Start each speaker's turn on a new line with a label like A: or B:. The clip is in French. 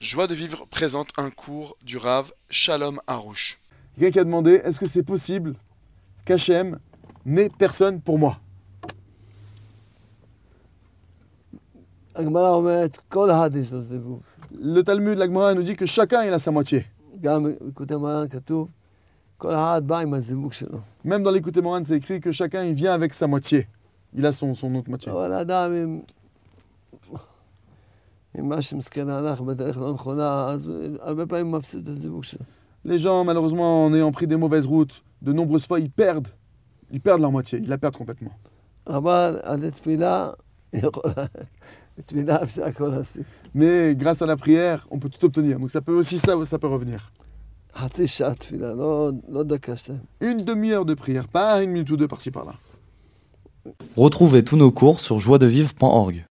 A: Joie de vivre présente un cours du Rav Shalom Harouche.
B: Quelqu'un qui a demandé est-ce que c'est possible qu'Hachem n'ait personne pour moi
C: הגמרא אומרת, כל ההדיס לא זה גוף.
B: Le Talmud, l'Agmara nous dit que chacun il a sa moitié.
C: גם בקוטי מרן כתוב, כל אחד בא עם הזיווג שלו.
B: Même dans l'écouté Moran, c'est écrit que chacun il vient avec sa moitié. Il a son, son autre moitié.
C: אבל האדם עם... עם מה שמסכן הלך בדרך לא נכונה, אז הוא הרבה פעמים מפסיד את הזיווג שלו.
B: Les gens, malheureusement, en ayant pris des mauvaises routes, de nombreuses fois, ils perdent. Ils perdent leur moitié, ils la perdent complètement.
C: אבל על ידי תפילה, יכול... תפילה אפשר הכל להשיג.
B: Mais grâce à la prière, on peut tout obtenir. Donc ça peut aussi ça, ça peut revenir.
C: חצי שעה תפילה, לא, לא דקה שתיים.
B: Une demi-heure de prière, pas une minute ou deux par-ci par-là.
D: Retrouvez tous nos cours sur joiedevivre.org.